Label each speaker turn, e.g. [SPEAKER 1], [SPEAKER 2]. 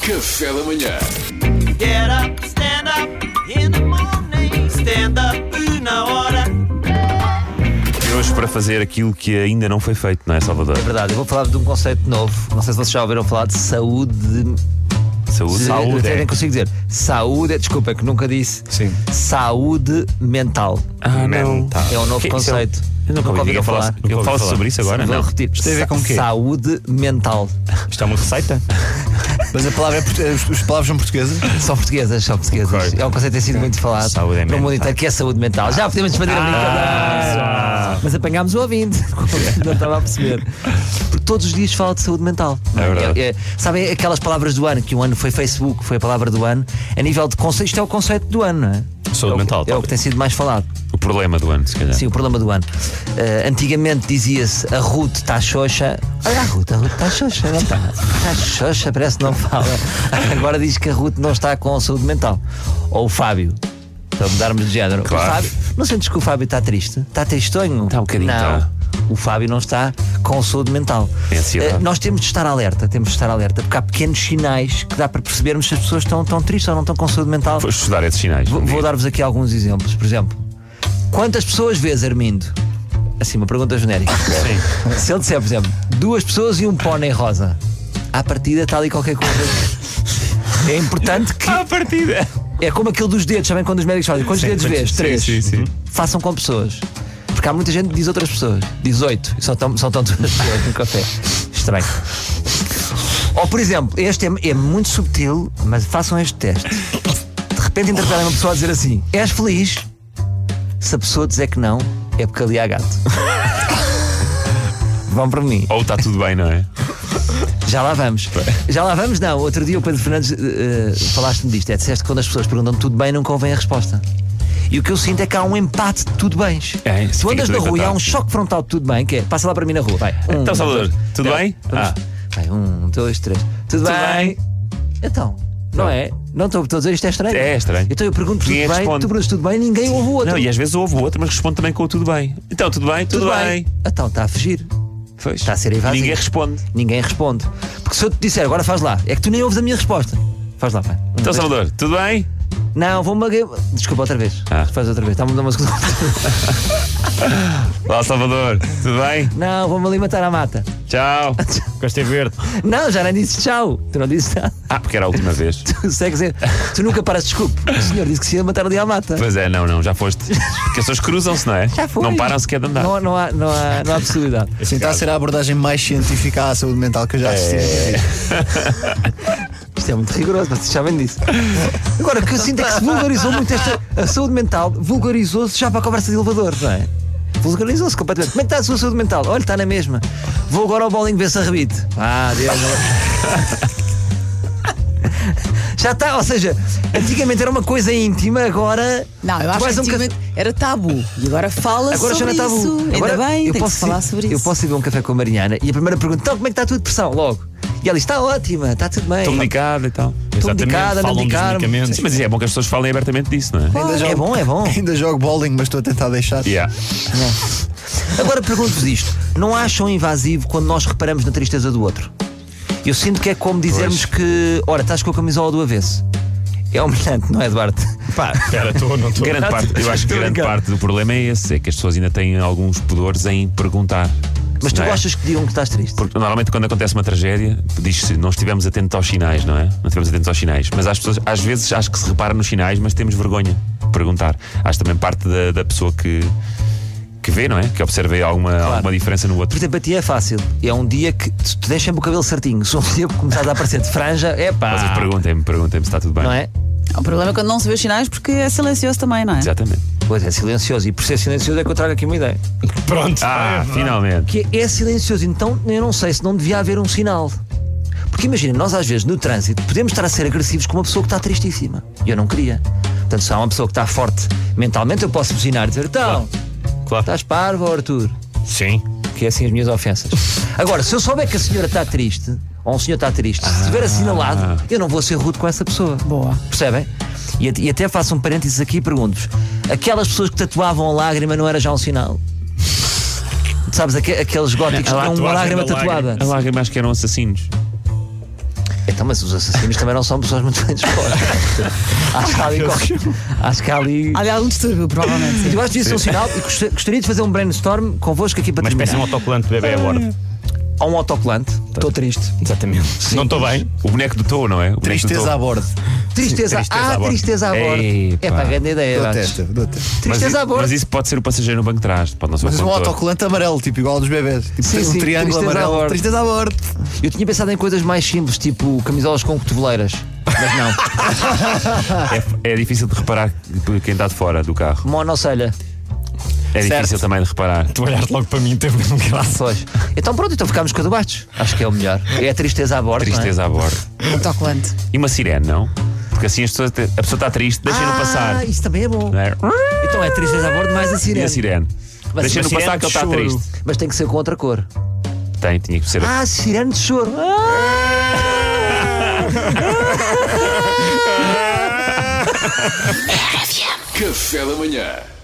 [SPEAKER 1] Café da manhã.
[SPEAKER 2] Get up, stand up in the morning. Stand up na hora.
[SPEAKER 3] E hoje para fazer aquilo que ainda não foi feito, não é, Salvador?
[SPEAKER 4] Verdade, eu vou falar de um conceito novo. Não sei se vocês já ouviram falar de saúde.
[SPEAKER 3] Saúde. é
[SPEAKER 4] Saúde. Eu nem consigo dizer. Saúde, é- desculpa, é que nunca disse.
[SPEAKER 3] Sim.
[SPEAKER 4] Saúde mental.
[SPEAKER 3] Ah, não.
[SPEAKER 4] É um novo
[SPEAKER 3] Que- isso é um-
[SPEAKER 4] conceito.
[SPEAKER 3] Eu nunca ouvi ninguém falar.
[SPEAKER 4] Nunca
[SPEAKER 3] Eu
[SPEAKER 4] ouvi
[SPEAKER 3] falo
[SPEAKER 4] falar.
[SPEAKER 3] sobre isso agora?
[SPEAKER 4] Vou
[SPEAKER 3] Não.
[SPEAKER 4] repetir.
[SPEAKER 5] tem a ver com o quê?
[SPEAKER 4] Saúde mental.
[SPEAKER 3] Isto é uma receita?
[SPEAKER 5] Mas a palavra é portu- as- as palavras são portuguesas?
[SPEAKER 4] São portuguesas, são portuguesas.
[SPEAKER 3] Ok.
[SPEAKER 4] É um conceito que tem sido muito falado.
[SPEAKER 3] Saúde
[SPEAKER 4] no
[SPEAKER 3] mental.
[SPEAKER 4] mundo inteiro, que é saúde mental. Já podemos expandir a brincadeira.
[SPEAKER 3] Ah!
[SPEAKER 4] Mas apanhámos o ouvinte. Não estava a perceber. Porque todos os dias fala de saúde mental.
[SPEAKER 3] É verdade.
[SPEAKER 4] É- é- sabem aquelas palavras do ano, que o ano foi Facebook, foi a palavra do ano. A nível de conceito, isto é o conceito do ano, não é?
[SPEAKER 3] Saúde
[SPEAKER 4] É o-
[SPEAKER 3] mental, tá.
[SPEAKER 4] É o
[SPEAKER 3] talvez.
[SPEAKER 4] que tem sido mais falado.
[SPEAKER 3] O problema do ano, se calhar.
[SPEAKER 4] Sim, o problema do ano. Eh, antigamente dizia-se a Ruth está xoxa. Olha a Ruth, a Ruth está xoxa, não está? Está xoxa, parece que não fala. Agora diz que a Ruth não está com saúde mental. Ou o Fábio. Para mudarmos de género.
[SPEAKER 3] Claro.
[SPEAKER 4] O Fábio, não sentes que o Fábio está triste? Está tristonho? Está
[SPEAKER 3] um bocadinho,
[SPEAKER 4] Não.
[SPEAKER 3] está.
[SPEAKER 4] O Fábio não está com saúde mental.
[SPEAKER 3] É ansiedade.
[SPEAKER 4] Eh, nós temos de estar alerta, temos de estar alerta, porque há pequenos sinais que dá para percebermos se as pessoas estão, estão tristes ou não estão com saúde mental.
[SPEAKER 3] Vou estudar esses sinais.
[SPEAKER 4] Vou, vou dar-vos aqui alguns exemplos. Por exemplo, quantas pessoas vês, Armindo? Assim, uma pergunta genérica.
[SPEAKER 3] Sim.
[SPEAKER 4] Se ele disser, por exemplo, duas pessoas e um pônei rosa, à partida está ali qualquer coisa. É importante que.
[SPEAKER 3] À partida.
[SPEAKER 4] É como aquele dos dedos, sabem quando os médicos fazem. Quantos dedos vês?
[SPEAKER 3] sim,
[SPEAKER 4] Três.
[SPEAKER 3] sim, sim.
[SPEAKER 4] Façam com pessoas. Porque há muita gente que diz outras pessoas. Diz oito. E só estão só estão duas pessoas no café. Estranho. Ou, por exemplo, este é, é muito subtil, mas façam este teste. De repente interpretarem uma pessoa a dizer assim: És feliz? Se a pessoa dizer que não, é porque ali há gato. Vão para mim.
[SPEAKER 3] Ou está tudo bem, não é?
[SPEAKER 4] Já lá vamos. Já lá vamos, não. Outro dia o Pedro Fernandes eh, eh, falaste-me disto. É, disseste que quando as pessoas perguntam tudo bem, não convém a resposta. E o que eu sinto é que há um empate de tudo bens.
[SPEAKER 3] É, isso
[SPEAKER 4] tu
[SPEAKER 3] fica
[SPEAKER 4] andas
[SPEAKER 3] tudo
[SPEAKER 4] na rua e há
[SPEAKER 3] empatado.
[SPEAKER 4] um choque frontal de tudo bem, que é passa lá para mim na rua. Vai. Um,
[SPEAKER 3] Então, Salvador,
[SPEAKER 4] dois,
[SPEAKER 3] tudo
[SPEAKER 4] três.
[SPEAKER 3] bem?
[SPEAKER 4] Vamos.
[SPEAKER 3] Ah.
[SPEAKER 4] Vai, um, dois, três. Tudo, bem?
[SPEAKER 3] bem?
[SPEAKER 4] Então, não, é? Não estou estou a dizer isto é estranho.
[SPEAKER 3] É estranho.
[SPEAKER 4] Então eu pergunto tudo
[SPEAKER 3] Ninguém
[SPEAKER 4] bem,
[SPEAKER 3] responde.
[SPEAKER 4] tu perguntas tudo bem, ninguém ouve o outro.
[SPEAKER 3] Não, e às vezes ouve o outro, mas responde também com o tudo bem. Então, tudo bem? Tudo, bem.
[SPEAKER 4] Então está a fugir.
[SPEAKER 3] Pois.
[SPEAKER 4] Está a ser evasivo.
[SPEAKER 3] Ninguém responde. Então,
[SPEAKER 4] Ninguém responde. Porque se eu te disser, agora faz lá, é que tu nem ouves a minha resposta. Faz lá, vai. Um,
[SPEAKER 3] Então,
[SPEAKER 4] dois,
[SPEAKER 3] Salvador, tudo bem?
[SPEAKER 4] Não, vou-me. a- Desculpa, outra vez.
[SPEAKER 3] Ah.
[SPEAKER 4] Faz outra vez. Está-me a dar uma segunda.
[SPEAKER 3] Olá, Salvador, tudo bem?
[SPEAKER 4] Não, vou-me ali matar à mata.
[SPEAKER 3] Tchau. Gostei de ver-te.
[SPEAKER 4] Não, já nem disse tchau. Tu não disse nada.
[SPEAKER 3] Ah, porque era a última vez.
[SPEAKER 4] Tu segues a- Tu nunca paras, desculpe. O senhor disse que se ia matar ali à mata.
[SPEAKER 3] Pois é, não, não, já foste. Porque as pessoas cruzam-se, não é?
[SPEAKER 4] Já foi.
[SPEAKER 3] Não param sequer de andar.
[SPEAKER 4] Não, não, há, não, há, não há possibilidade.
[SPEAKER 5] Sim, está a ser a abordagem mais científica à saúde mental que eu já assisti.
[SPEAKER 4] Isto é muito rigoroso, vocês sabem disso. Agora, o que eu sinto é que se vulgarizou muito esta. A saúde mental vulgarizou-se já para a conversa de elevador, não é? Vulgarizou-se completamente. Como é que está a sua saúde mental? Olha, está na mesma. Vou agora ao bowling ver se arrebite. Ah, Deus. Já está, ou seja, antigamente era uma coisa íntima, agora.
[SPEAKER 6] Não, eu
[SPEAKER 4] tu
[SPEAKER 6] acho
[SPEAKER 4] vais
[SPEAKER 6] que
[SPEAKER 4] a um ca-
[SPEAKER 6] antigamente era tabu. E agora fala
[SPEAKER 4] Agora já
[SPEAKER 6] sobre
[SPEAKER 4] não está
[SPEAKER 6] isso.
[SPEAKER 4] bom.
[SPEAKER 6] Ainda
[SPEAKER 4] Agora
[SPEAKER 6] bem,
[SPEAKER 4] eu
[SPEAKER 6] tem
[SPEAKER 4] posso
[SPEAKER 6] que se falar
[SPEAKER 4] ir-
[SPEAKER 6] sobre
[SPEAKER 4] Eu
[SPEAKER 6] isso.
[SPEAKER 4] posso ir beber um café com a Mariana e a primeira pergunta, então como é que está a tua depressão? Logo. E ela diz, está ótima, está tudo bem.
[SPEAKER 3] Estou medicada e tal.
[SPEAKER 4] medicada, não
[SPEAKER 7] falam dos
[SPEAKER 4] medicaram.
[SPEAKER 7] medicamentos.
[SPEAKER 3] Sim, mas é bom que as pessoas falem abertamente disso, não é?
[SPEAKER 5] Ainda
[SPEAKER 4] É bom, é bom.
[SPEAKER 5] Ainda jogo bowling, mas estou a tentar deixar.
[SPEAKER 3] Yeah.
[SPEAKER 4] Agora pergunto-vos isto: não acham invasivo quando nós reparamos na tristeza do outro? Eu sinto que é como dizermos que, ora, estás com a camisola do avesso. É humilhante, não é, Duarte?
[SPEAKER 7] Pá, espera, estou, não estou.
[SPEAKER 3] Grande parte, eu acho que
[SPEAKER 4] Estou
[SPEAKER 3] grande
[SPEAKER 4] brincando.
[SPEAKER 3] parte do problema é esse, é que as pessoas ainda têm alguns pudores em perguntar.
[SPEAKER 4] Mas tu
[SPEAKER 3] não é?
[SPEAKER 4] gostas que digam que estás triste.
[SPEAKER 3] Porque normalmente quando acontece uma tragédia, diz-se, não estivemos atentos aos sinais, não é? Não estivemos atentos aos sinais. Mas as pessoas, às vezes, acho que se repara nos sinais, mas temos vergonha de perguntar. Acho também parte da, da pessoa que, que vê, não é? Que observa aí alguma, alguma diferença no
[SPEAKER 4] Por
[SPEAKER 3] outro.
[SPEAKER 4] exemplo, a ti é fácil. É um dia que tu tu tens sempre o cabelo certinho. Se um dia começares a aparecer de franja, é
[SPEAKER 3] Mas eu
[SPEAKER 4] pá.
[SPEAKER 3] perguntem-me, perguntem-me se está tudo bem.
[SPEAKER 4] Não é?
[SPEAKER 6] O problema é quando não se vê os sinais porque é silencioso também, não é?
[SPEAKER 3] Exatamente.
[SPEAKER 4] Pois é, silencioso. E por ser silencioso é que eu trago aqui uma ideia.
[SPEAKER 7] Pronto.
[SPEAKER 3] Ah, finalmente.
[SPEAKER 4] que é silencioso. Então eu não sei se não devia haver um sinal. Porque imagina, nós às vezes no trânsito podemos estar a ser agressivos com uma pessoa que está tristíssima. E eu não queria. Portanto, se há uma pessoa que está forte mentalmente, eu posso buzinar e dizer: Então,
[SPEAKER 3] Claro.
[SPEAKER 4] estás parvo, Arthur?
[SPEAKER 7] Sim.
[SPEAKER 4] Que é assim as minhas ofensas. Agora, se eu souber que a senhora está triste, ou um senhor está triste, se estiver
[SPEAKER 7] Ah.
[SPEAKER 4] assinalado, eu não vou ser rude com essa pessoa.
[SPEAKER 6] Boa.
[SPEAKER 4] Percebem? E, at- e até faço um parênteses aqui e pergunto-vos: aquelas pessoas que tatuavam a lágrima não era já um sinal? Sabes, aque- aqueles góticos que
[SPEAKER 7] A
[SPEAKER 4] tinham uma
[SPEAKER 7] tatuagem
[SPEAKER 4] lágrima
[SPEAKER 7] da lágrima.
[SPEAKER 4] tatuada.
[SPEAKER 3] A lágrima acho que eram assassinos.
[SPEAKER 4] Então, mas os assassinos também não são pessoas muito bem dispostas. acho, que há ali qualquer- acho que há ali.
[SPEAKER 6] Há de algum um distúrbio, provavelmente. sim.
[SPEAKER 4] Eu acho que isso é um sinal e gost- gostaria de fazer um brainstorm convosco aqui para
[SPEAKER 7] Uma espécie de
[SPEAKER 4] terminar.
[SPEAKER 7] um autocolante de bebê a bordo.
[SPEAKER 4] Há um autocolante, estou triste.
[SPEAKER 7] Exatamente. não estou bem.
[SPEAKER 3] O boneco do Tou, não é? O boneco do
[SPEAKER 5] Tristeza
[SPEAKER 3] Tou.
[SPEAKER 5] à bordo.
[SPEAKER 4] Tristeza,
[SPEAKER 7] tristeza
[SPEAKER 4] há
[SPEAKER 7] à bordo.
[SPEAKER 4] tristeza à bordo.
[SPEAKER 3] Ei,
[SPEAKER 4] É
[SPEAKER 3] pá.
[SPEAKER 4] para grande ideia. eu
[SPEAKER 5] Dou
[SPEAKER 4] acho.
[SPEAKER 5] testa, dou testa.
[SPEAKER 3] Mas,
[SPEAKER 4] Tristeza à
[SPEAKER 3] i-
[SPEAKER 4] bordo.
[SPEAKER 3] mas isso pode ser o passageiro no banco de trás. Pode não ser
[SPEAKER 5] Mas
[SPEAKER 3] o
[SPEAKER 5] um
[SPEAKER 3] condutor.
[SPEAKER 5] autocolante amarelo, tipo igual ao dos bebés. Tipo,
[SPEAKER 4] Sim,
[SPEAKER 5] um
[SPEAKER 4] sim,
[SPEAKER 5] triângulo
[SPEAKER 4] tristeza à
[SPEAKER 5] amarelo.
[SPEAKER 4] bordo.
[SPEAKER 5] Tristeza à bordo.
[SPEAKER 4] Eu tinha pensado em coisas mais simples, tipo camisolas com cotoveleiras. Mas não.
[SPEAKER 3] É, é difícil de reparar por quem está de fora do carro.
[SPEAKER 4] Monocelha.
[SPEAKER 3] É difícil também de reparar.
[SPEAKER 7] Tu olhaste logo para mim, teve mesmo graça.
[SPEAKER 4] Pois. Então pronto, então ficámos com a do Bastos. Acho que é o melhor. É a tristeza à bordo.
[SPEAKER 3] Tristeza à bordo.
[SPEAKER 6] um Autocolante.
[SPEAKER 3] E uma sirene, não? Porque assim as pessoas te- a pessoa está triste,
[SPEAKER 4] não é?
[SPEAKER 3] deixem-no
[SPEAKER 4] ah,
[SPEAKER 3] passar.
[SPEAKER 4] Isso também é bom.
[SPEAKER 3] Não é?
[SPEAKER 4] Então é tristeza à bordo mais a
[SPEAKER 3] E
[SPEAKER 4] sirene.
[SPEAKER 3] a sirene.
[SPEAKER 4] Mas
[SPEAKER 3] Deixem-no
[SPEAKER 7] uma
[SPEAKER 3] passar
[SPEAKER 7] sirene de
[SPEAKER 3] que ele está
[SPEAKER 7] choro.
[SPEAKER 3] triste.
[SPEAKER 4] Mas tem que ser com outra cor.
[SPEAKER 3] Tem, tinha que ser.
[SPEAKER 4] Ah, sirene de choro. Ah!
[SPEAKER 1] Café da manhã.